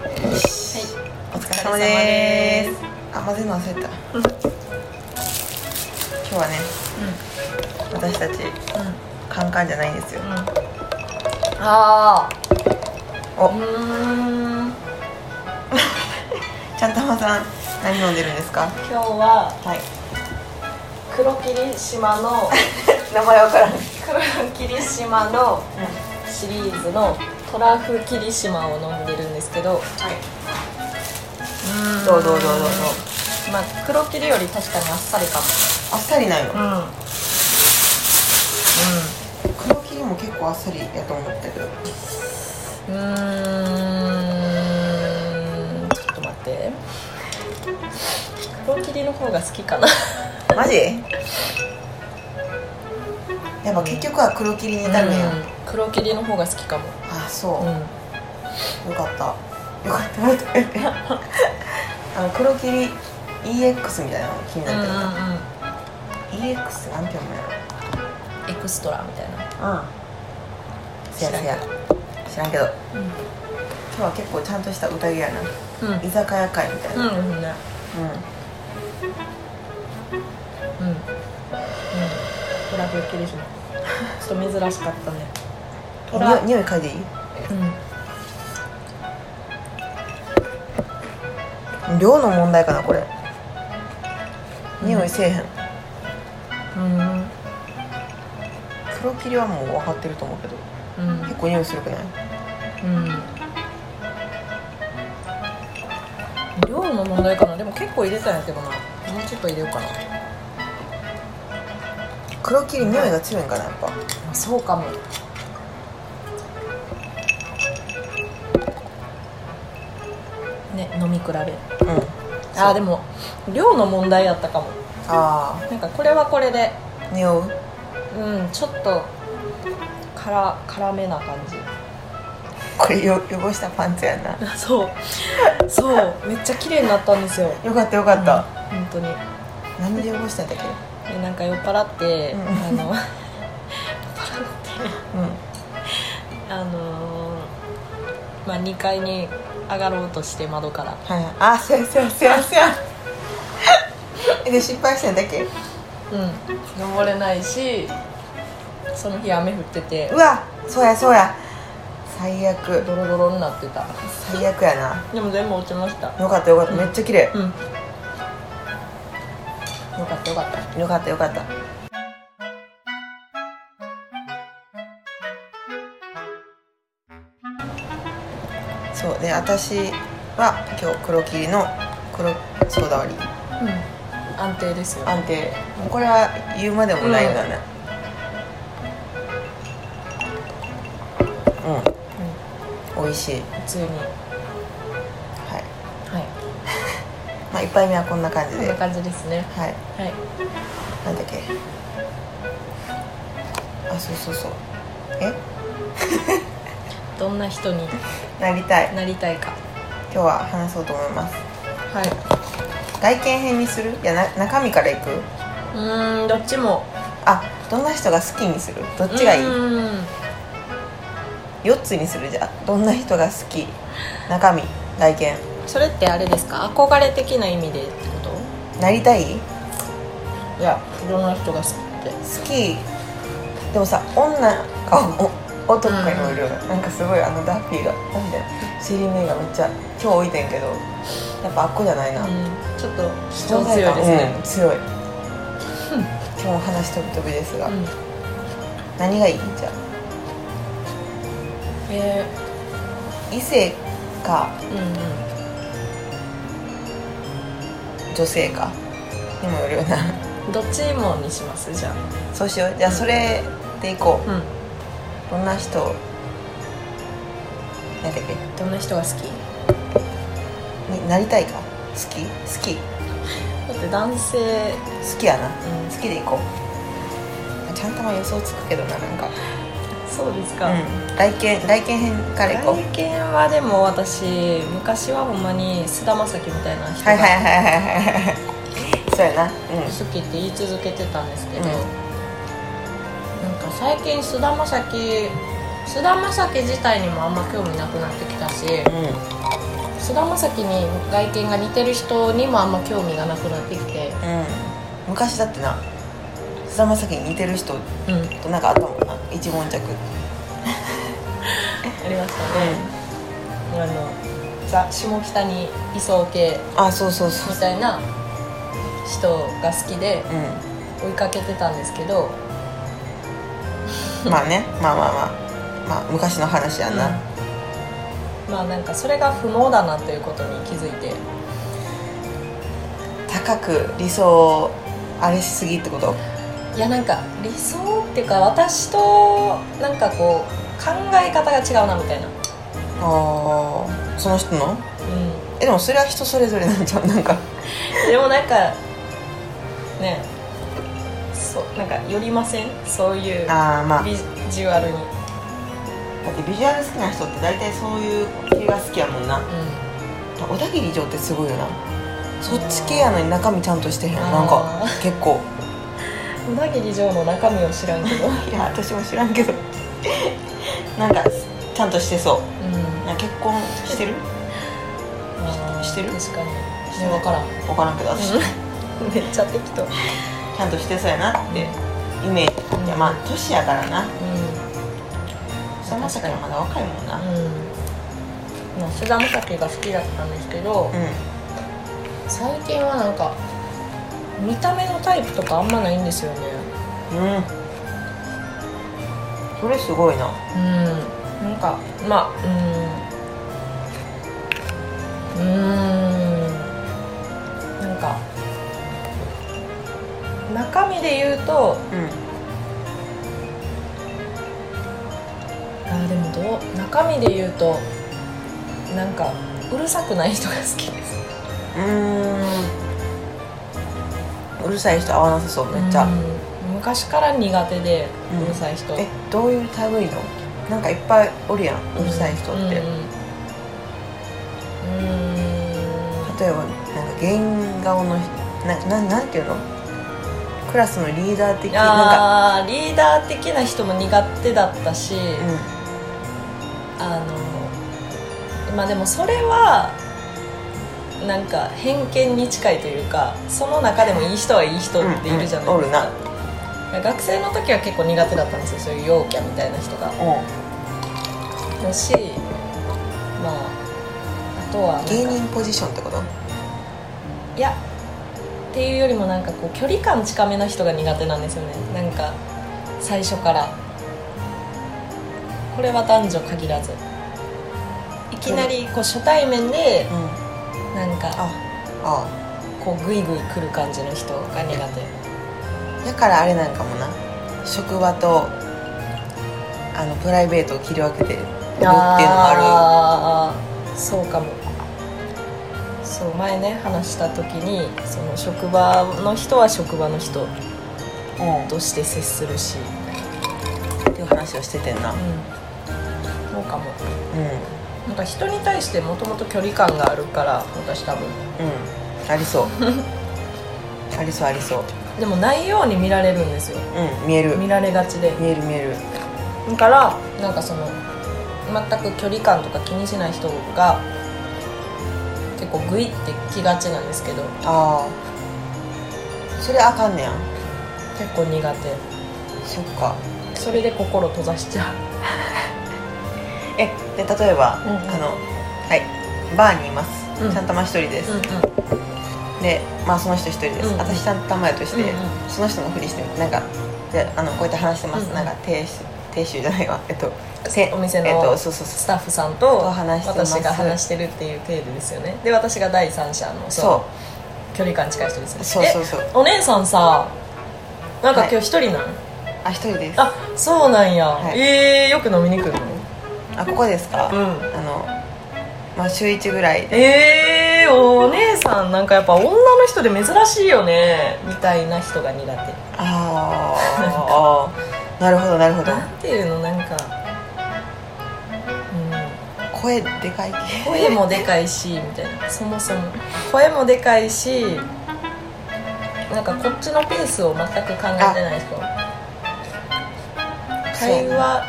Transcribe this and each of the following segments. お疲れ様ですすあ混ぜるの忘れた、うん今日はね、私たちうんうんカンカンじゃないんですよああうおーん今ちゃんたまさん何飲んでるんですか日ははい黒霧島の 名前わからん黒霧島のシリーズのトラフ霧島を飲んでるんですけどうんどうどうどうどうどうまあ黒霧より確かにあっさりかもあっさりないのうんうん黒霧も結構あっさりやと思ったけどうーんちょっと待って黒霧の方が好きかなマジやっぱ結局は黒霧になるんや、うん黒霧の方が好きかもあそう、うんよかったよかったよかったあの黒霧 EX みたいなの気にうんうんなってうんる、EX 何票もやエクストラみたいな、ろうんせやせや知らんけど今日は結構ちゃんとした宴やなうん居酒屋会みたいな、うんうんうんねうんうんうんトラフルキリシマちょっと珍しかったねトラ匂い匂い嗅いでいいうん量の問題かなこれうん匂いせえへん、うん黒霧はもう分かってると思うけどうん結構匂いするくない量の問題かなでも結構入れたんやけどなもうちょっと入れようかな黒霧匂いが強いんかなやっぱそうかもね飲み比べあうんーでも量の問題やったかもあなんかこれはこれであ匂ううんちょっとから辛めな感じこれよ汚したパンツやな そうそうめっちゃ綺麗になったんですよよかったよかった、本当に何で汚したんだっけでなんか酔っ払って、うんあの 酔っ払ってうんあのーまあ2階に上がろうとして窓からはいはいあせやせやせや せやで失敗したんだっけうん登れないしその日雨降っててうわそうやそうや最悪ドロドロになってた最悪やなでも全部落ちましたよかったよかっためっちゃ綺麗うんよかったよかったよかったよかったそうで私は今日黒霧の黒ソーダ割りうん安定ですよ安定これは言うまでもないよだねうん、美味しい普通にはい、はいまあ、一杯目はこんな感じこんでなはい感じですねはいなんだっけあそうそうそうえどんな人になりたいなりたいか今日は話そうと思いますはい外見編にするいやな中身からいくうーんどっちもあどんな人が好きにするどっちがいいうん4つにするじゃあどんな人が好き中身外見それってあれですか憧れ的な意味でってことなりたいいやいろんな人が好きって好きでもさ女あお男がいるよ、なんかすごいあのダッフィーがなんだよ尻目がめっちゃ今日置いてんけどやっぱあっこじゃないな、うんちょっと主張存在強い感ですね、うん、強い今日話飛び飛びですが、うん何がいいじゃあえ異性かーうんうん女性かにもよるよな どっちもにしますじゃそうしようじゃあそれでいこあうんうどんな人なんだっけどんな人が好きになりたいか好き好き好だって男性きやなうん好きでいこうちゃんとまあ予想つくけどななんか、そうですか、うん、外見外見編からいこう外見はでも私昔はほんまに菅田将暉みたいな人はいはいはがいはいはいはいそうやなうん好きって言い続けてたんですけど、うんなんか最近菅田将暉菅田将暉自体にもあんま興味なくなってきたしう菅田将暉に外見が似てる人にもあんま興味がなくなってきてん、うん、昔だってな菅田将暉に似てる人うんとなんかあったもんな一文着ありましたね、あのザ下北にいそう系あそうそうそうみたいな人が好きでう追いかけてたんですけど、んまあねまあまあまあまあ昔の話やな、まあなんかそれが不毛だなということに気づいて高く理想をあれしすぎってこといやなんか理想っていうか私となんかこう考え方が違うなみたいな、うあーその人のん、えでもそれは人それぞれなんちゃうなんかでもなんかねそうなんか寄りませんそういうああまあビジュアルに、うん、だってビジュアル好きな人って大体そういう系が好きやもんな小田切城ってすごいよなそっち系やのに中身ちゃんとしてへんなんかあ結構うなぎり城の中身を知らんけ ど、うん、いや私も知らんけど なんかちゃんとしてそあうなんか結婚してるーしてる確かにしてねない分からん分からんけど私、ち めっちゃ適当ゃんとしてそうやなってイメージ、うんいやまあ年やからなうその時はまだ若いもんなうんんうんまあ菅田将暉が好きだったんですけど、最近はなんか見た目のタイプとかあんまないんですよねうんそれすごいなうんなんかまあうんうーんなんか中身で言うとうんあーでもどう中身で言うとなんかうるさくない人が好きですうーんうるさい人合わなさそうめっちゃ、うん昔から苦手でうんうるさい人、えどういう類のなんかいっぱいおるやんうるさい人って、例うんえうんばなんか原顔の人なななんていうのクラスのリーダー的なんかあーリーダー的な人も苦手だったし、うあのまあでもそれはなんか偏見に近いというかその中でもいい人はいい人っているじゃないうんうんおでるすなか、学生の時は結構苦手だったんですよそういう陽キャみたいな人がん、うんだしまああとはなんか芸人ポジションってこといやっていうよりもなんかこう距離感近めな人が苦手なんですよねなんか最初からこれは男女限らずいきなりこう初対面でうんなんかああこうグイグイ来る感じの人が苦手だからあれなんかもな職場とあのプライベートを切り分けてるっていうのがああるそうかもそう前ね話した時にその職場の人は職場の人る、うん、として接するし、っていう話をしててんな、ううんん、そうかもなんか人に対してもともと距離感があるから私多分うん、あり そうありそうありそうでもないように見られるん ですようん見える見られがちで見える見えるだからなんかその全く距離感とか気にしない人が結構グイって来がちなんですけどああそれあかんねやん結構苦そっか手それで心閉ざしちゃうえで例えば、うんうんあのはいバーにいます、うんちゃんたま一人です、でまあその人一人です、うんうん私ちゃんたまやとして、うんその人のふりしてなんかであのこうやって話してます、うんうんなんか亭主亭主じゃないわえっとてお店のえっとそうそうそうスタッフさんとと話してます私が話してるっていう程度ですよねで私が第三者のその距離感近い人ですようねそうそうそうえお姉さんさなんか今日一人なの、あ一人ですああそうなんや、はいえー、よく飲みに来るのここですか、うんあのまあ週一ぐらいでえー、お姉さんなんかやっぱ女の人で珍しいよねみたいな人が苦手あーあーなるほどなるほどなんていうのなんか、うん、声でかい系声もでかいしみたいなそもそも声もでかいしなんかこっちのペースを全く考えてない人そう会話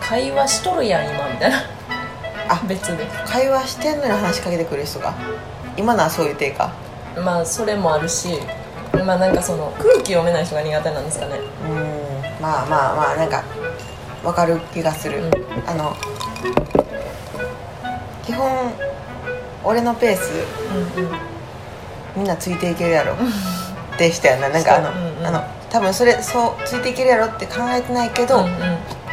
会話しとるやん今みたいなあ別で会話してんのに話しかけてくる人が今のはそういう手かまあそれもあるしまあなんかその空気読めない人が苦手なんですかねうんまあまあまあなんかわかる気がする、うんあの基本俺のペースうんうんみんなついていけるやろでしたよねなんかあの,、うんうんあの多分それそうついていけるやろって考えてないけど、うんうんっ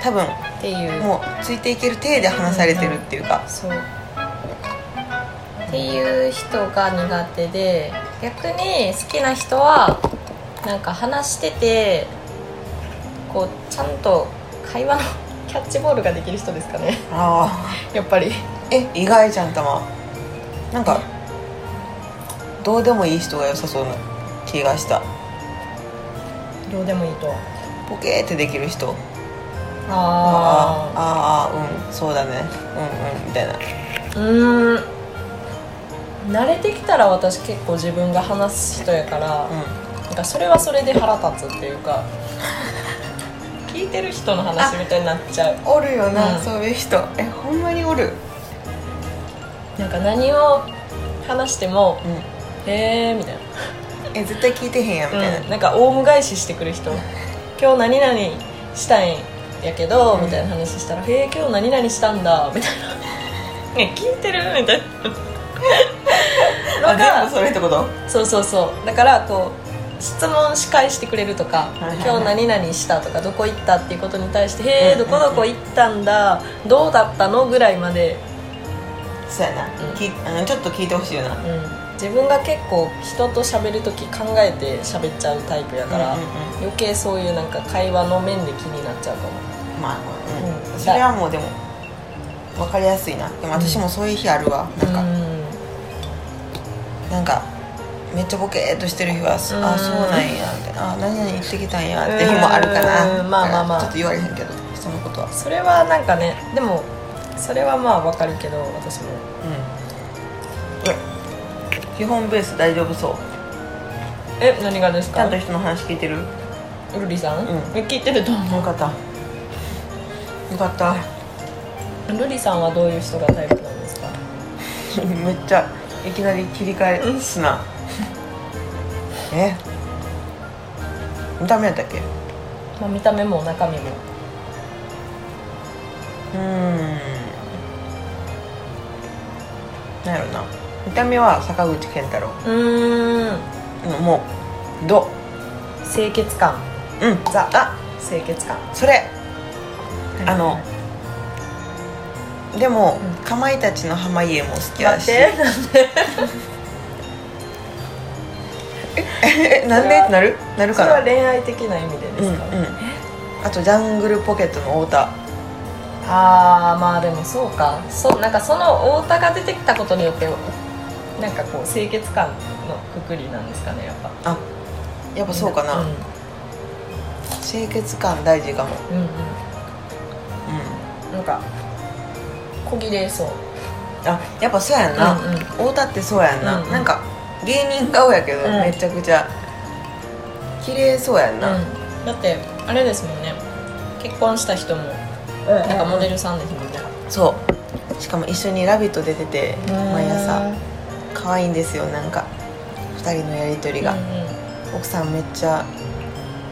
多分ていうもうついていける体で話されてるっていうか、そうっていう人が苦手で逆に好きな人はなんか話しててこうちゃんと会話の キャッチボールができる人ですかねあやっぱりあえ意外じゃんたまなんかどうでもいい人が良さそうな気がしたどうでもいいとポケーってできる人ああーあーうんそうだねうんうんみたいなあうーん慣れてきたら私結構自分が話す人やから、うなんかそれはそれで腹立つっていうか聞いてる人の話みたいになっちゃうんおるよな、うんそういう人えほんまにおるなんか何を話してもうん「へえ」みたいな,え絶対聞いてへんやんみうん、たいな、なんかオウム返ししてくる人「今日何々したんやけど」うんみたいな話したら「へえ今日何々したんだ」みたいな「ね聞いてる?」みたい なあのが全部それってことそうそうそうだからこう質問し返してくれるとかはいはい「はい今日何々した」とか「どこ行った」っていうことに対して「へえうんうどんこどこ行ったんだどうだったの?」ぐらいまでそうやな、うんきあのちょっと聞いてほしいようなん自分が結構人と喋る時考えて喋っちゃうタイプやから、うんうんう余計そういうなんか会話の面で気になっちゃうかもんまあ、うんうんそれはもうでも分かりやすいなでも私もそういう日あるわなんか、うなんかめっちゃボケーっとしてる日は、すうあんそうなんやみたいなあ何々行ってきたんやって日もあるかな、うんまあまあまあちょっと言われへんけど人のことはんそれはなんかねでもそれはまあわかるけど私もうんえ基本ベース大丈夫そうえ何がですちゃんかと人の話聞いてるよルリさん、うんえ聞いてると思かったよかったうルリさんはどういう人がタイプなんですか めっちゃいきなり切り替えすな えダメやったっけまあ、見た目も中身もうーんなんやろな見た目は坂口健太郎うーんうんもうど清潔感うんザあ清潔感それあのでも、かまいたちの濱家も好きや待っしてえ なんでってなるな るそかれはな恋愛的な意味ででうんすうんか、あとジャングルポケットの太田ああまあでもそうかそうなんかその太田が出てきたことによってなんかこう清潔感のくくりなんですかねやっぱあやっぱそうかな、ん清潔感大事かもうんうんうんなんか小切れそうあやっぱそうやんな、うんうん太田ってそうやんな、うんうんなんか芸人顔やけど、うんめちゃくちゃ綺麗そうやんな、だってあれですもんね結婚した人もなんかモデルさんですもんねそうしかも一緒に「ラビット!」出てて毎朝可愛いんですよなんか2人のやり取りが、奥さんめっちゃ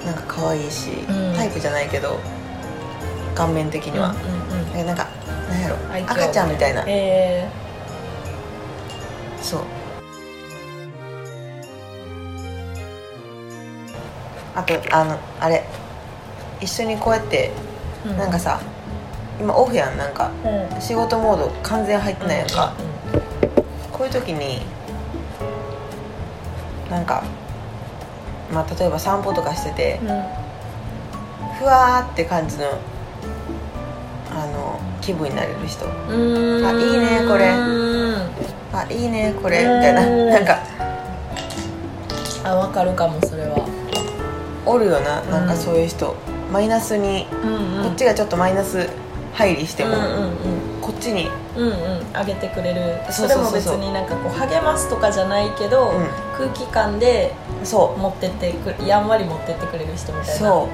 なんか可愛いし、うんタイプじゃないけど顔面的には、えなんかなんやろ愛嬌赤ちゃんみたいなえそうあとあのあれ一緒にこうやってー、なんかさ今オフやんなんかうん仕事モード完全入ってないやんか、うこういう時になんかまあ例えば散歩とかしててんうんふわーって感じのあの気分になれる人うんあいいねこれうんあいいねこれみたいなうんなんかあわかるかもそれはおるよななんかそういう人、マイナスにうんこっちがちょっとマイナス入りしても、うんうんこっちに、うんうんうん上げてくれるそそうそれもうそう別そうになんかこう励ますとかじゃないけど、うん空気感でそ持ってってくやんわり持ってってくれる人みうたいなそう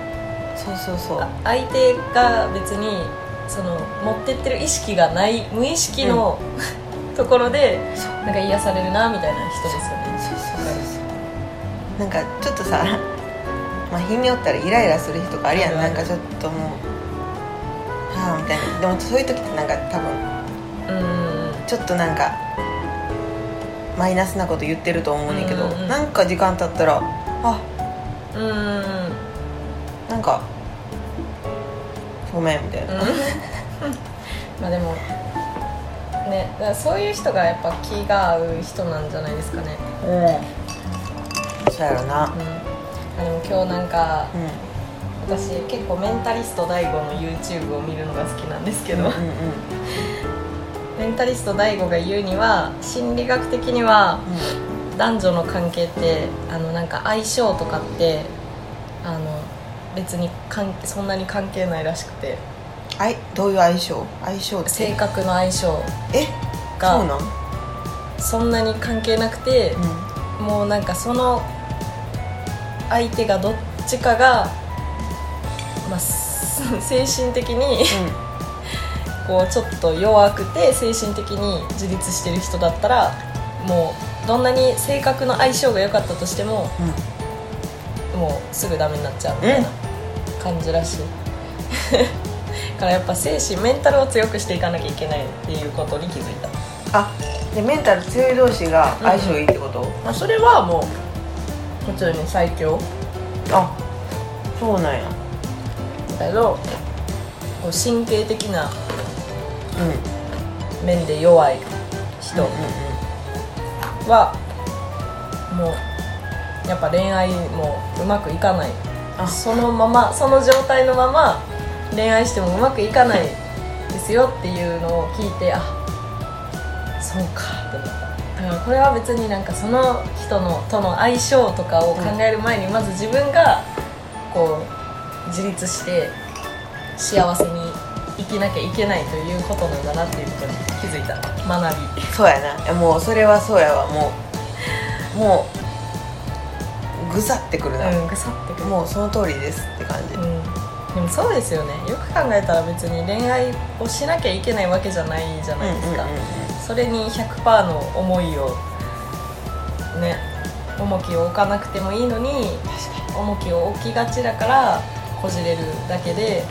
そうそうそうあ相手が別にその持ってってる意識がない無意識の、 ところでそうなんか癒されるなみたいな人ですよねそうそうそうなんかちょっとさ、 まあ、日によったらイライラする日とかあるやんあるあなるんかちょっともうはあみたいなでもそういう時ってなんか多分うんちょっとなんかマイナスなこと言ってると思うねんけど、うんうんうんなんか時間経ったらあうんなんかごめんみたいな、まあでもねだからそういう人がやっぱ気が合う人なんじゃないですかね、うんそうやろなうん、あでも今日なんかうん私結構メンタリスト DAIGO の YouTube を見るのが好きなんですけど、うんうんメンタリスト DAIGO が言うには心理学的にはう男女の関係ってあのなんか相性とかってあの別に関そんなに関係ないらしくてんあいどういう相性相性って性格の相性えそうがなん、そんなに関係なくて、うんもうなんかその相手がどっちかが、まあ、す 精神的にうこうちょっと弱くて精神的に自立してる人だったらもうどんなに性格の相性が良かったとしてもん、うん、もうすぐダメになっちゃうみたいな感じらしいだ からやっぱ精神メンタルを強くしていかなきゃいけないっていうことに気づいた、あでメンタル強い同士が相性いいってこと、まあ、それはもう普通に最強あそうなんやだけどこう神経的なうんうん面で弱い人はもうやっぱ恋愛もうまくいかないあそのままその状態のまま恋愛してもうまくいかないですよっていうのを聞いてあそうかって思っただからこれは別になんかその人のとの相性とかを考える前にまず自分がこう自立して幸せに生きなきゃいけないということなんだなっていうことに気づいた学び。そうやないやもうそれはそうやわもうもうぐさってくるな、うん、腐ってくる、もうその通りですって感じ、うん、でもそうですよねよく考えたら別に恋愛をしなきゃいけないわけじゃないじゃないですか、それに100%の思いをね重きを置かなくてもいいのに重きを置きがちだからこじれるだけで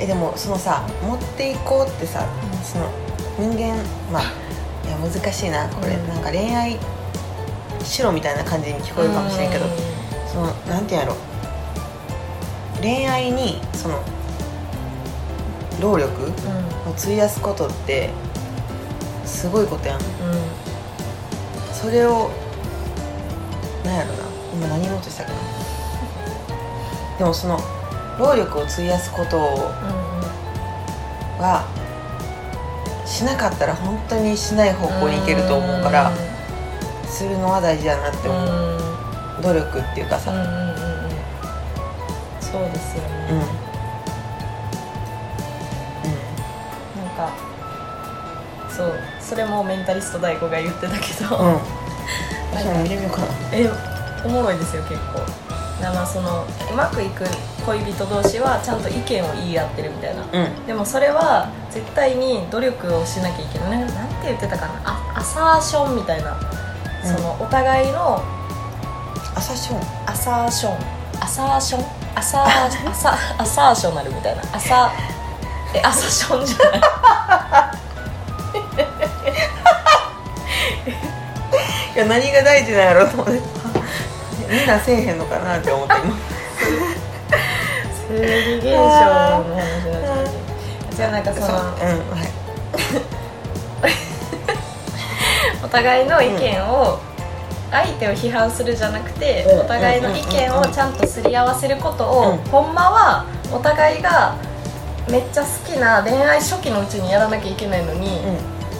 えでもそのさ持っていこうってさ、うんその人間まあいや難しいなこれ、うんなんか恋愛しろみたいな感じに聞こえるかもしれんけど、うんそのなんていうんやろ恋愛にその労力を費やすことってすごいことやうんんうんそれをなんやろな今何言おうとしたかなでもその労力を費やすことはしなかったら本当にしない方向に行けると思うからするのは大事だなってうんう思うんうん努力っていうかさ、うんうんそうですよね、うんうんなんかそうそれもメンタリスト大悟が言ってたけど、うん私も見てみようかなえおもろいですよ結構なまあそのうまくいく恋人同士はちゃんと意見を言い合ってるみたいなうんでもそれは絶対に努力をしなきゃいけないななんて言ってたかなあアサーションみたいな、うんそのお互いの朝ションアサーションアサーションアサーアサアサーショナルみたいなアサえアサションじゃないいや何が大事なんやろうと思って みんなせえへんのかなって思って 今生理現象の話になっちゃうじゃあなんかそそうのうんはいお互いの意見を相手を批判するじゃなくてうんお互いの意見をちゃんとすり合わせることをうんほんまはお互いがめっちゃ好きな恋愛初期のうちにやらなきゃいけないのにうん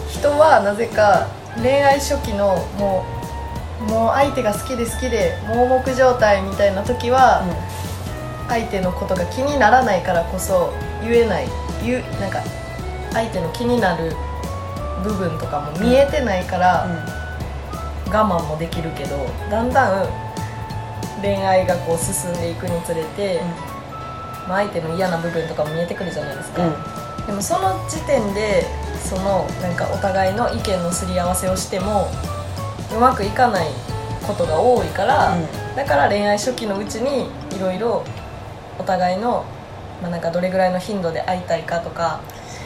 人はなぜか恋愛初期のもうもう相手が好きで好きで盲目状態みたいな時は相手のことが気にならないからこそ言えない言うなんか相手の気になる部分とかも見えてないから。我慢もできるけどだんだん恋愛がこう進んでいくにつれて、まあ相手の嫌な部分とかも見えてくるじゃないですか、うんでもその時点でそのなんかお互いの意見のすり合わせをしてもうまくいかないことが多いから、だから恋愛初期のうちにいろいろお互いの、まあ、なんかどれぐらいの頻度で会いたいかとか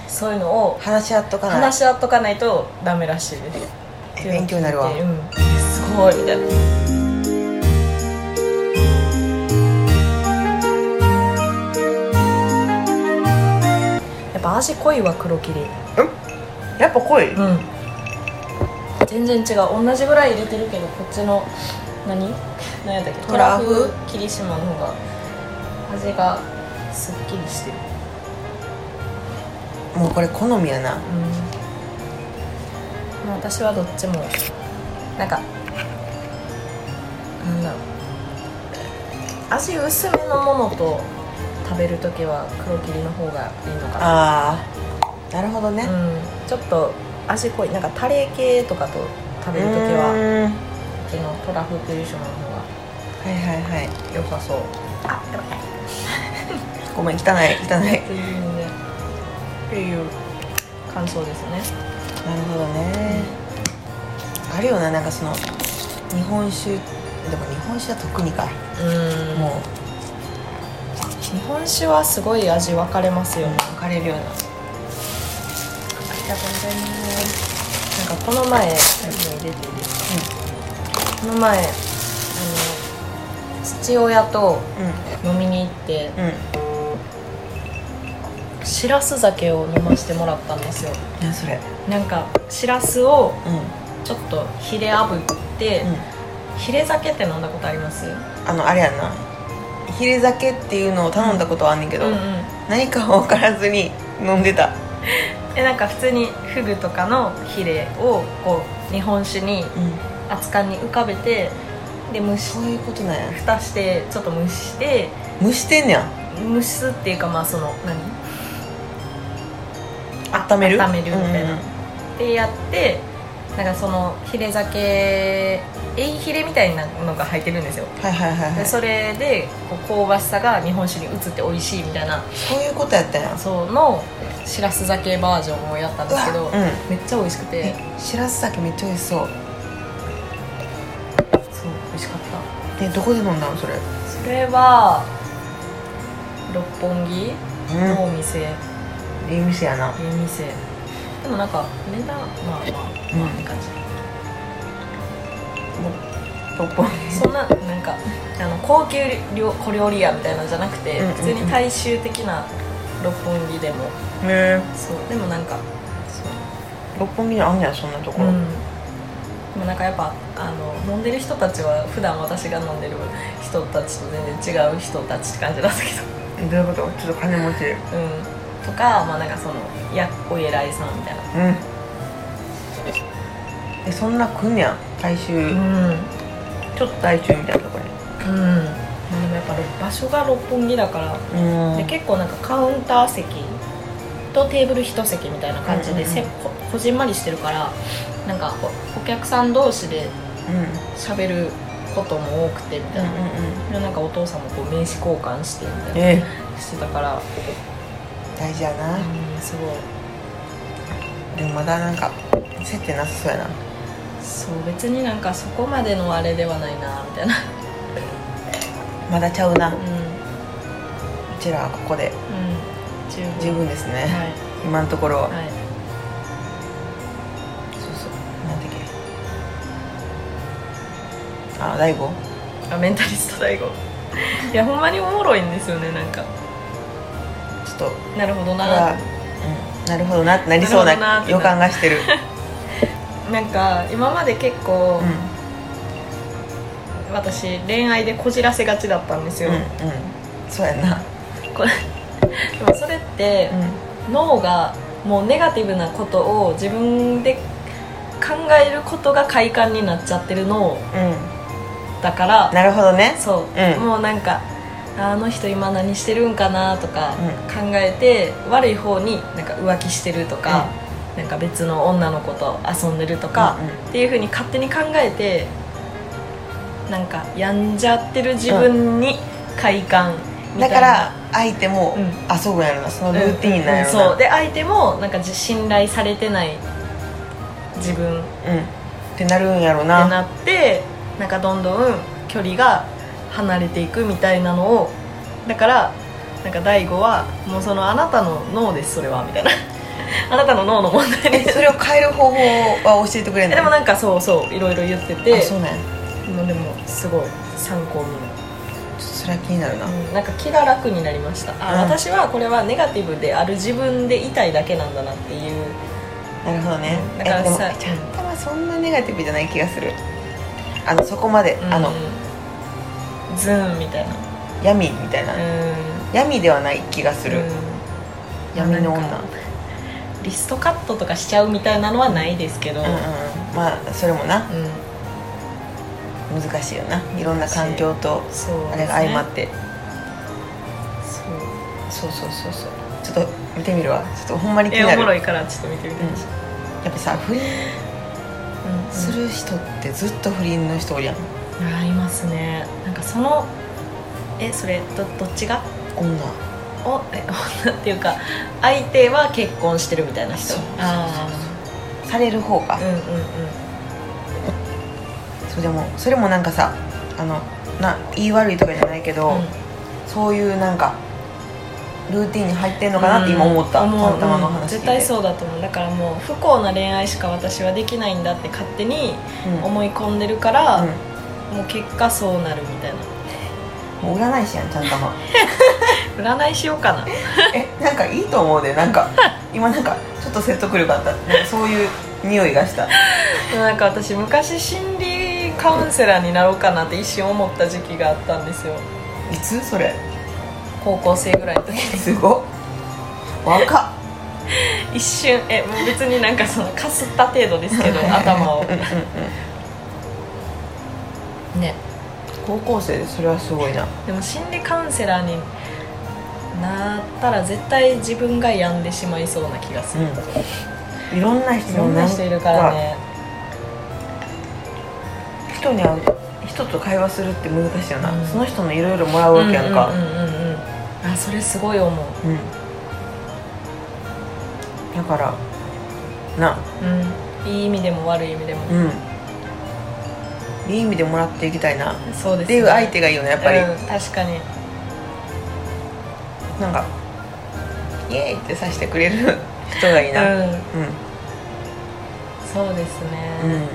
そういうのを話し合っとかない話し合っとかないとダメらしいです、え勉強になるわっていうのを聞いてうん、すごいみたいなやっぱ味濃いわ黒霧やっぱ濃いうん全然違う同じぐらい入れてるけどこっちの何何やったっけトラフトラフ霧島の方が味がすっきりしてるもうこれ好みやなうん、まあ私はどっちもなんかなんだろう味薄めのものと食べる時は黒霧の方がいいのかな、あーなるほどねうん、ちょっと味濃いなんかタレ系とかと食べる時うはーんこっちのトラフクリシマの方がはいはいはい良さそうあやばいごめん汚い汚いっていうねっていう感想ですねなるほどね、あるよななんかその日本酒でも日本酒は特にか、うんもう日本酒はすごい味分かれますよね、分かれるようなありがとうございます。なんかこの前、多分入れていいですかこの前、あの父親とう飲みに行って、んうんしらす酒を飲ませてもらったんですよ。何それなんかしらすをうん、うん、ちょっとヒレ炙って、ヒレ酒って飲んだことあります？うあのあれやんなヒレ酒っていうのを頼んだことはあんねんけど、んうん。何か分からずに飲んでたえなんか普通にフグとかのヒレをこう日本酒にうん熱燗に浮かべて、で蒸しそういうことなんや蓋してちょっと蒸して。蒸してんねや蒸すっていうかまあその何温める温めるみたいなうんってやってなんかそのヒレ酒エイヒレみたいなのが入ってるんですよはいはいはい、はでい、それでこう香ばしさが日本酒に移って美味しいみたいなそういうことやったんやそのしらす酒バージョンをやったんですけど、うわうんめっちゃ美味しくてえしらす酒めっちゃ美味しそうそう美味しかったでどこで飲んだのそれそれは六本木のおう店、いいんいい店やな店でもなんか値段まあまあまあって感じ、ポッポンそんななんかあの高級料小料理屋みたいなのじゃなくて、うんうんうん普通に大衆的な六本木でもねそうでもなんか六本木にあんねやそんなとこうろ、んでもなんかやっぱあの飲んでる人たちは普段私が飲んでる人たちと全然違う人たちって感じなんだけどういうことちょっと金持ちど、うん、とかまあなんかそのやお偉いさんみたいなうんえそんな来んねや大衆、うんうんちょっと大衆みたいなところにまあでもやっぱろ場所が六本木だからうんで結構なんかカウンター席とテーブル一席みたいな感じうんうんでうんせここじんまりしてるからなんかこうお客さん同士でうんうん喋ることも多くてみたいな、うんうんでなんかお父さんもこう名刺交換してみたいええなしてたから、大事やな、うん、すごいでもまだなんか接点なさそうやなそう別になんかそこまでのあれではないなみたいな、まだちゃうなううんちらはここでうん、十分十分ですね、はい今のところは、はいそうそうなんだっけあ大悟あメンタリスト大悟いやほんまにおもろいんですよねなんかちょっとなるほどこれなはうんなるほどなってなりそうなるなほどなってな予感がし てる、なんか今まで結構、うん私恋愛でこじらせがちだったんですよ、うんうんそうやんな、これでもそれって、脳がもうネガティブなことを自分で考えることが快感になっちゃってる脳うんだからなるほどねそう、うんもうなんかあの人今何してるんかなとかう考んえて、悪い方になんか浮気してるとか、なんか別の女の子と遊んでるとか、うんうんっていうふうに勝手に考えてなんか病んじゃってる自分に快感みただいなから相手も、うんあそうなんやろなそのルーティーンなんやろうんな、そうで相手もなんかじ信頼されてない自分ってうんってなるんやろななってなんかどんどん距離が離れていくみたいなのをだからなんか大悟はもうそのあなたの脳ですそれはみたいな あなたの脳の問題えですそれを変える方法は教えてくれないでもなんかそうそういろいろ言ってあてそうなんやもうでもすごい参考になるそれは気になるな、うんなんか気が楽になりましたあ、うん私はこれはネガティブである自分でいたいだけなんだなっていうなるほどねだからえでもさちゃんとはそんなネガティブじゃない気がするあのそこまで、あのうんズーンみたいな闇みたいな、うん闇ではない気がする、うん闇のな女んかリストカットとかしちゃうみたいなのはないですけど、うんうんうんまあそれもなうん難しいよないろんな環境とそうあれが相まってそうそうそうそうそうちょっと見てみるわちょっとほんまに気にえなおるもやろいからちょっと見てみてほしい、っぱさ不倫うんする人ってずっと不倫の人おるやんありますねなんかそのえそれどどっちが女おえ女っていうか相手は結婚してるみたいな人そうそうそうそうあされる方かあうんうんうんそれでもそれもなんかさあのな言い悪いとかじゃないけど、そういうなんかルーティンに入ってんのかなって今思った、うんたまたまの話聞いて、うん絶対そうだと思うだからもう不幸な恋愛しか私はできないんだって勝手にうん、うん思い込んでるから、もう結果そうなるみたいもう占い師やんちゃんたまな占いしようかなえなんかいいと思うでな んか今なんかちょっと説得力あったなんかそういう匂いがしたなんか私昔心理カウンセラーになろうかなって一瞬思った時期があったんですよいつそれ高校生ぐらいの時すごっ若っ一瞬えもう別になんかそのかすった程度ですけど頭をうんうんうんね高校生でそれはすごいなでも心理カウンセラーになったら絶対自分が病んでしまいそうな気がする、いろんない人ろんな人いるからね人に会う人と会話するって難しいよな、うんその人のいろいろもらうわけやんか、うんうんうんうんあそれすごい思ううんだからなうんいい意味でも悪い意味でも、うんいい意味でもらっていきたいなっそうです、ていう相手がいいよねやっぱり、うん、確かになんかイエーイってさしてくれる人がいいなうんうんそうですうん、ね、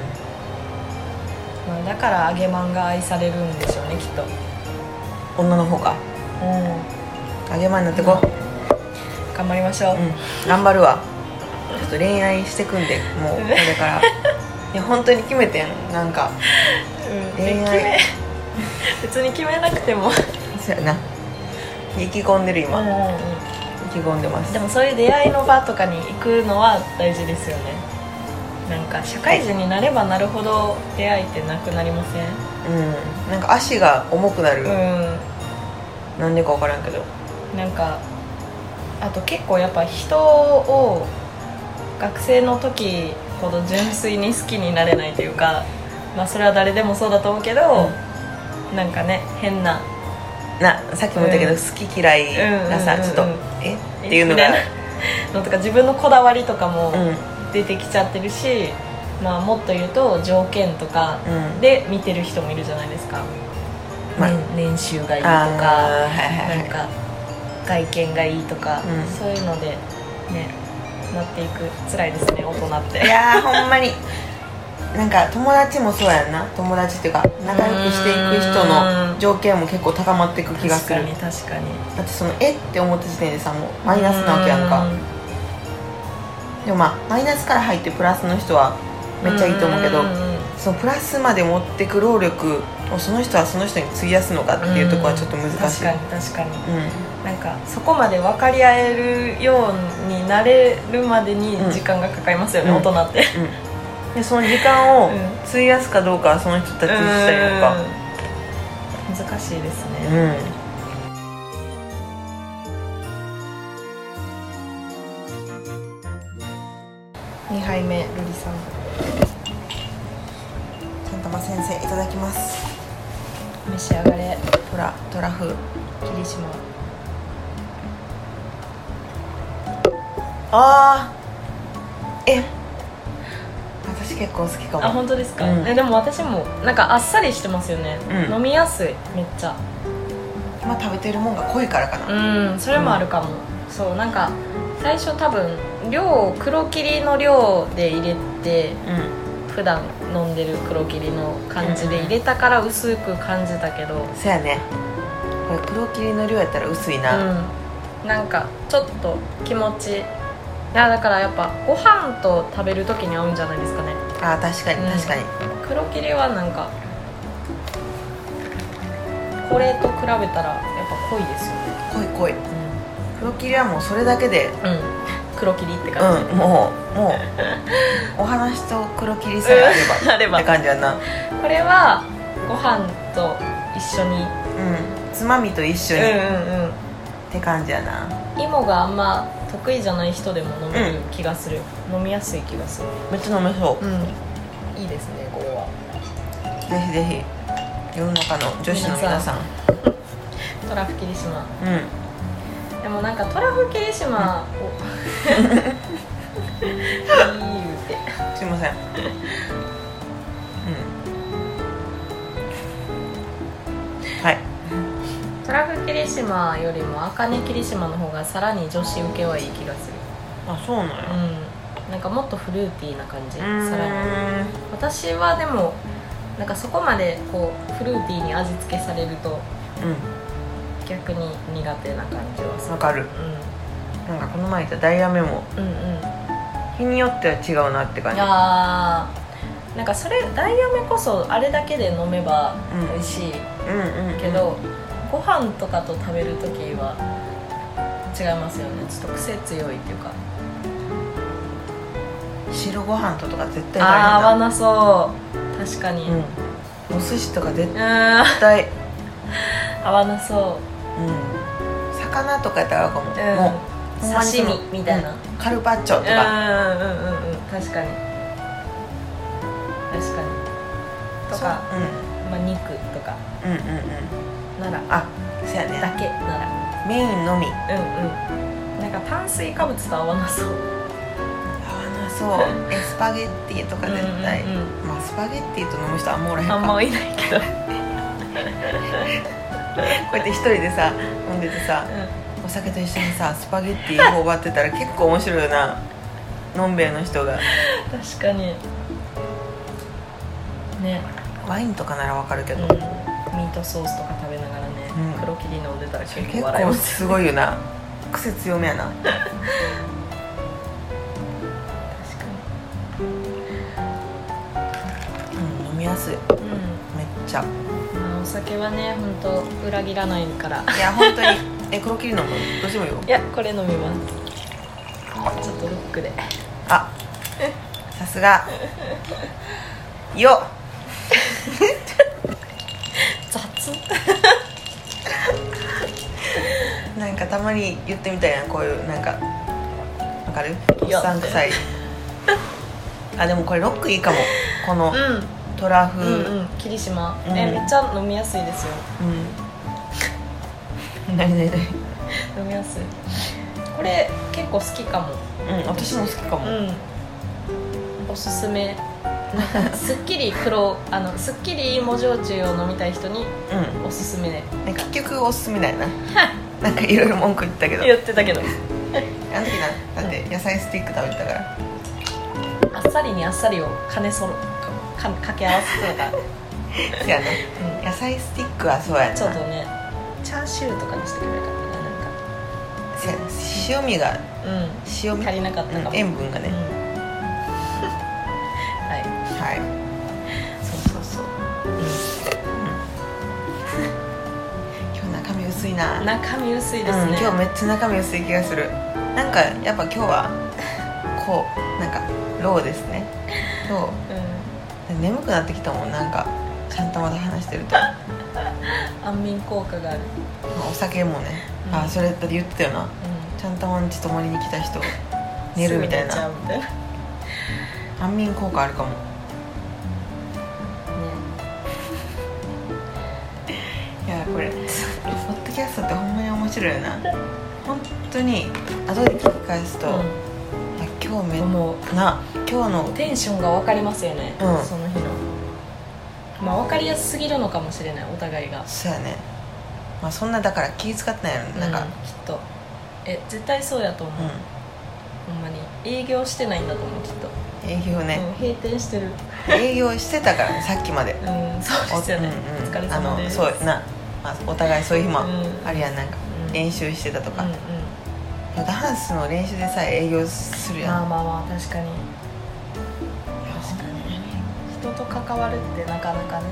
まあ、だから揚げまんが愛されるんでしょうねきっと女の方かうん揚げまんになってこう、頑張りましょう、うん、頑張るわちょっと恋愛してくんでもうこれから いや本当に決めてんなんかうん恋愛で決め 別に決めなくてもそうやな意気込んでる今、意で気込んでますもそういう出会いの場とかに行くのは大事ですよねなんか社会人になればなるほど出会いってなくなりませんうんなんか足が重くなる、うなんでか分からんけどんなんかあと結構やっぱ人を学生の時ほど純粋に好きになれないというかまあそれは誰でもそうだと思うけど、なんかね変ななさっきも言ったけど、うん好き嫌いがさ、うんうんうんうんちょっとえっていうの がみたいなのとか自分のこだわりとかもうんうん出てきちゃってるし、まあもっと言うと条件とかで見てる人もいるじゃないですか、まあね年収がいいとあーかはいはいなはんいか外見がいいとか、うんそういうのでねなっていく辛いですね大人っていやーほんまになんか友達もそうやんな友達っていうか仲良くしていく人の条件も結構高まっていく気が確すかるに確かにだってそのえって思った時点でさもうマイナスなわけやんかでもまあマイナスから入ってプラスの人はめっちゃいいと思うけどんんんそのプラスまで持ってく労力をその人はその人に費やすのかっていうところはちょっと難しい、確かに確かにうなんかそこまで分かり合えるようになれるまでに時間がかかりますよね、うん大人ってんうん、でその時間をうん費やすかどうかはその人たち自体とかうん難しいですね、うん2杯目瑠璃さんちゃんたま先生いただきます召し上がれトラトラフ霧島ああえ私結構好きかあも本当ですか、うんえでも私もなんかあっさりしてますよね、うん飲みやすいめっちゃ今食べてるもんが濃いからかなうんそれもあるかも、そうなんか最初多分量を黒霧の量で入れてうん普段飲んでる黒霧の感じで入れたから薄く感じたけどそやねこれ黒霧の量やったら薄いうな、んなんかちょっと気持ちいやだからやっぱご飯と食べる時に合うんじゃないですかねああ確かにうん確かに、黒霧はなんかこれと比べたらやっぱ濃いですよね濃い濃い黒霧はもうそれだけでうん、黒霧って感じ、うんもうも うお話と黒霧さえ あればあればって感じやなこれはご飯と一緒にうんつまみと一緒に、っうんうんて感じやなうん芋があんま得意じゃない人でも飲める気がする、飲みやすい気がするめっちゃ飲めそう、うんいいですねこれはぜひぜひ世の中の女子の皆さんトラフ霧島うんでもなんかトラフ霧島を いい言うてすいませんうんはいトラフ霧島よりも茜霧島の方がさらに女子受けはいい気がするあそうなんやうんなんかもっとフルーティーな感じうさーんらに私はでもなんかそこまでこうフルーティーに味付けされると逆に苦手な感じはうすんるわかるなんかこの前言ったダイヤメモうんうんうん日によっては違うなって感いじやーなんかそれダイヤメこそあれだけで飲めばうん美味しいうんうんけど、ご飯とかと食べる時は違いますよねちょっと癖強いっていうか白ご飯ととか絶対あー合わななそう確かにい、うん、お寿司とか絶うーん対合わなそうん魚とかやったら合うかも、う、うん、もうほんまにそ刺の身みたいな、うんカルパッチョとか、うんうんうんうん確かに確かにとか、うまあ、肉とかん、うんうんうんならあそうやだねけならメインのみうんうんなんか炭水化物と合わなそう合わなそうえスパゲッティとか絶対、うんうんうんまあスパゲッティと飲む人あんまおらへんかあんまいないけど、こうやって一人でさ飲んでてさお酒と一緒にさスパゲッティ頬張ってたら結構面白いよなのんべえの人が確かにね、ワインとかならわかるけうん、ど、ミートソースとか食べながらね、うん黒霧飲んでたら結結構笑い構 ますすごいよな癖強めやな確かうん飲みやすいにうめっちゃん、まあ、お酒はね本当裏切らないから いや本当にえ黒切り飲むどうしてもいいよいやこれ飲みますちょっとロックであさすがよっ雑なんかたまに言ってみたいなこういうなんかわかるおっいやさんく さいあでもこれロックいいかもこのうんトラフ、うんうん霧島、うんえめっちゃ飲みやすいですようん何何何飲みやすいこれ結構好きかもうん私も好きかも、うんおすすめ なんかすっきり黒あのすっきり芋焼酎を飲みたい人にうおすす めねん結局おすすめだよななんかいろいろ文句言ったけどあ言ってたけどの時なだって野菜スティック食べてたからあっさりにあっさりを兼ねそろか掛け合わせそうだ、うそうやねん野菜スティックはそうやなちょっとねチャーシューとかにしてくれなかったななんそうやな塩味がか塩うん味足りなかったかも、うん塩分がね、うんははいいそうそうそう、う、今日中身薄いなん中身薄いですうん、ね、今日めっちゃ中身薄い気がするなんかやっぱ今日はこうなんかローですねロー眠くなってきたもんなんかちゃんとまた話してると、まうん、安眠効果がある、あお酒もね、うんあそれだって言ってたよなうちゃんとまんち泊まりに来た人ん、寝るみたいすぐ寝ちゃなうみたいな安眠効果あるかもねいやこれ白いよな本当に後で聞き返すと、いや今日めっもな今日のうテンションが分かりますよね、うんその日のまあ分かりやすすぎるのかもしれないお互いがそうやねまあそんなだから気遣ってないのなんかうきっとえ絶対そうやと思う、ほんまに営業してないんだと思うきっと、うん営業ねうん閉店してる営業してたからねさっきまでうん そうですよね、うんうんお疲れ様ですあのそうな、まあ、お互いそういう日もうんあるやんなんかうん練習してたとか、うんうんダンスの練習でさえ営業するやんまあまあまあ確かに確かに人と関わるってなかなかね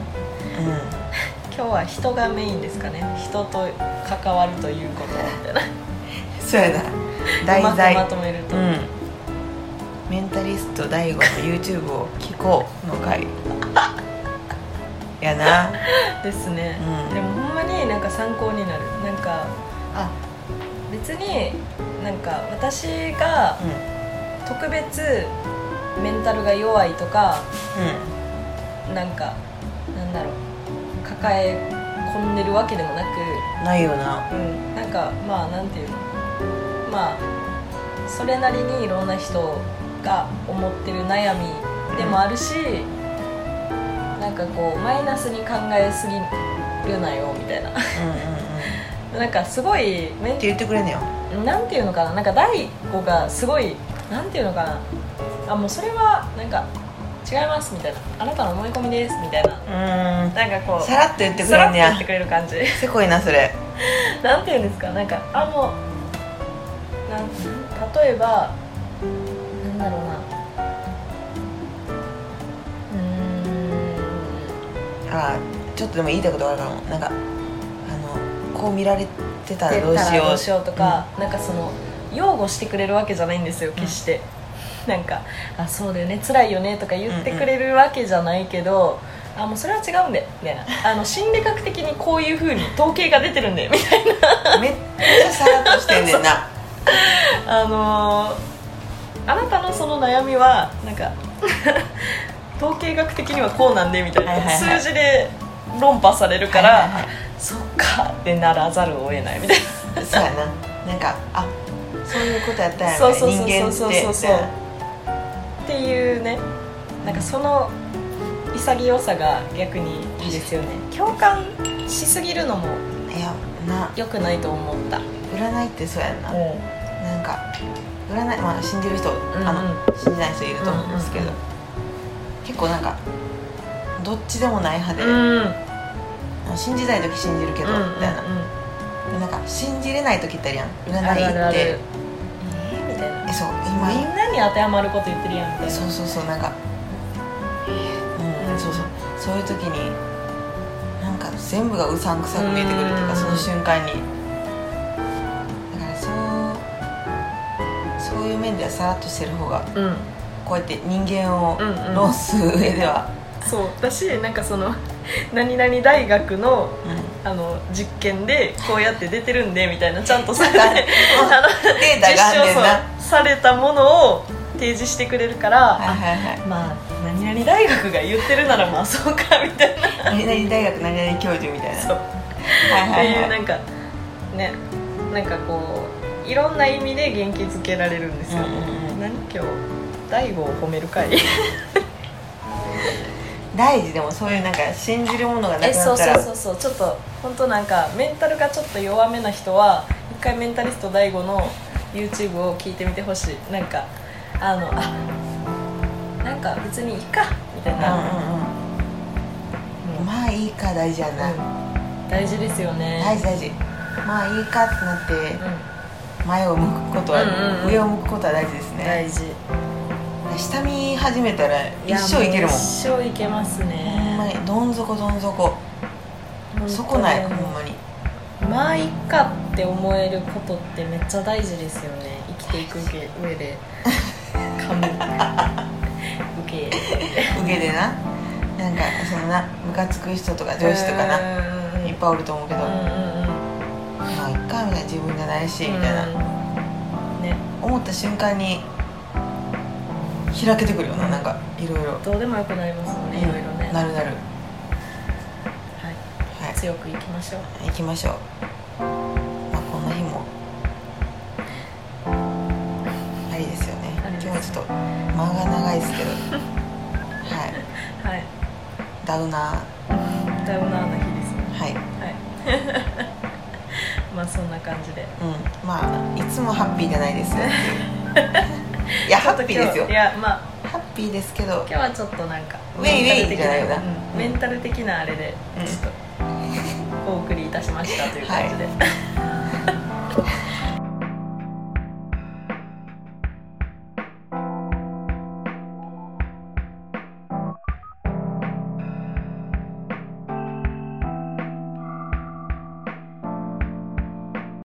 う今日は人がメインですかね人と関わるということみたいなんそうやな題うまく材まとめると、うんメンタリスト大悟の YouTube を聞こうの回 やなですね、うんでもほんまになんか参考になるなんかあ別になんか私がうん特別メンタルが弱いとかうなんかなんだろう抱え込んでるわけでもなく、んないよなうん、なんかまあなんていうのまあそれなりにいろんな人が思ってる悩みでもあるし、なんかこうマイナスに考えすぎるなよみたいな うんうんうんなんかすごいメンって言ってくれんねよなんていうのかななんか第5がすごいなんていうのかなあもうそれはなんか違いますみたいなあなたの思い込みですみたいなうんなんかこうさらっと言ってくさらっれんとね言やってくれる感じせこいなそれなんていうんですかなんかあもうなん例えばなんだろうなうーあーちょっとでも言いたいことがあるかもなんかあのこう見られてたらんどうしようどうしようとか、なんかその擁護してくれるわけじゃないんですよ決して、 なんか「あそうだよね辛いよね」とか言ってくれるわけじゃないけど、あもうそれは違うんでみたいなあの心理学的にこういうふうに統計が出てるんでみたいなめっちゃさらっとしてんねんなあのーあなたのその悩みはなん か統計学的にはこうなんでみたいな、はいはいはい数字で論破されるから、はいはいはそっかってならざるを得ないみたいそうやななんかあそういうことやったんなやそうねそう人そうそう間ってそうそうそうっていうねなんかその潔さが逆にいいですよね共感しすぎるのもいやな良くないと思った、占いってそうやんな、なんか占いまあ信じる人、んあの信じない人いると思うんですけど、うんうん結構なんかどっちでもない派で、うん信じたい時信じるけど、みたいなでなんか信じれない時ってあるやん占あるあるあいっるてえーみたいなえそう今みんなに当てはまること言ってるやんみたいなそうそうそうなんかうん、そうそうそういう時になんか全部がうさんくさく見えてくるっていううかんその瞬間にだからそうそういう面ではさらっとしてる方がうん、こうやって人間をうんうん論する上では、そうだしなんかその 何々大学のうん あの実験でこうやって出てるんでみたいなちゃんとされてなんかあのデータ実があんねん証なはそうされたものを提示してくれるから、いはいはいあまあ何々大学が言ってるならまあそうかみたいな何々大学何々教授みたいなそうっはいはていういはないんかねなんかこういろんな意味で元気づけられるんですよ、うんうんうん何今日大悟を褒める会大事でもそういうなんか信じるものがなえくなそうったそらうそうそうちょっと本当なんかメンタルがちょっと弱めな人は一回メンタリスト DAIGO の YouTube を聞いてみてほしいなんかあのあなんか別にいいかみたいな、ううんんうんうんまあいいか大事やな、うん大事ですよね大事大事まあいいかってなって前を向くことは、うんうんうん上を向くことは大事ですうんね大事下見始めたらや一生いけるもんう一生いけますほんまねにどん底どん底そこないほんまにまあいいかって思えることってめっちゃ大事ですよね生きていく上 で神受け受けでななんかそのなムカつく人とか上司とかなないうっぱいおると思うけど、んうんうんまあいっかみたいな自分じゃないしみたいな、うんね思った瞬間に開けてくるよななんかいろいろどうでもよくなりますもんねいろいろねなるなるははいい強くいきましょう行きましょう、まあ、こんな日も今日はちょっと間が長いですけどはいはいダウナーだよなあの日ですねはいはい まあそんな感じでうんまあいつもハッピーじゃないですよっていう いやハッピーでちすょっと今よ日いやまあハッピーですけど今日はちょっとなんかウェイウェメンタル的イじゃないよなうんメンタル的なあれでうんちょっとお送りいたしましたという感じで、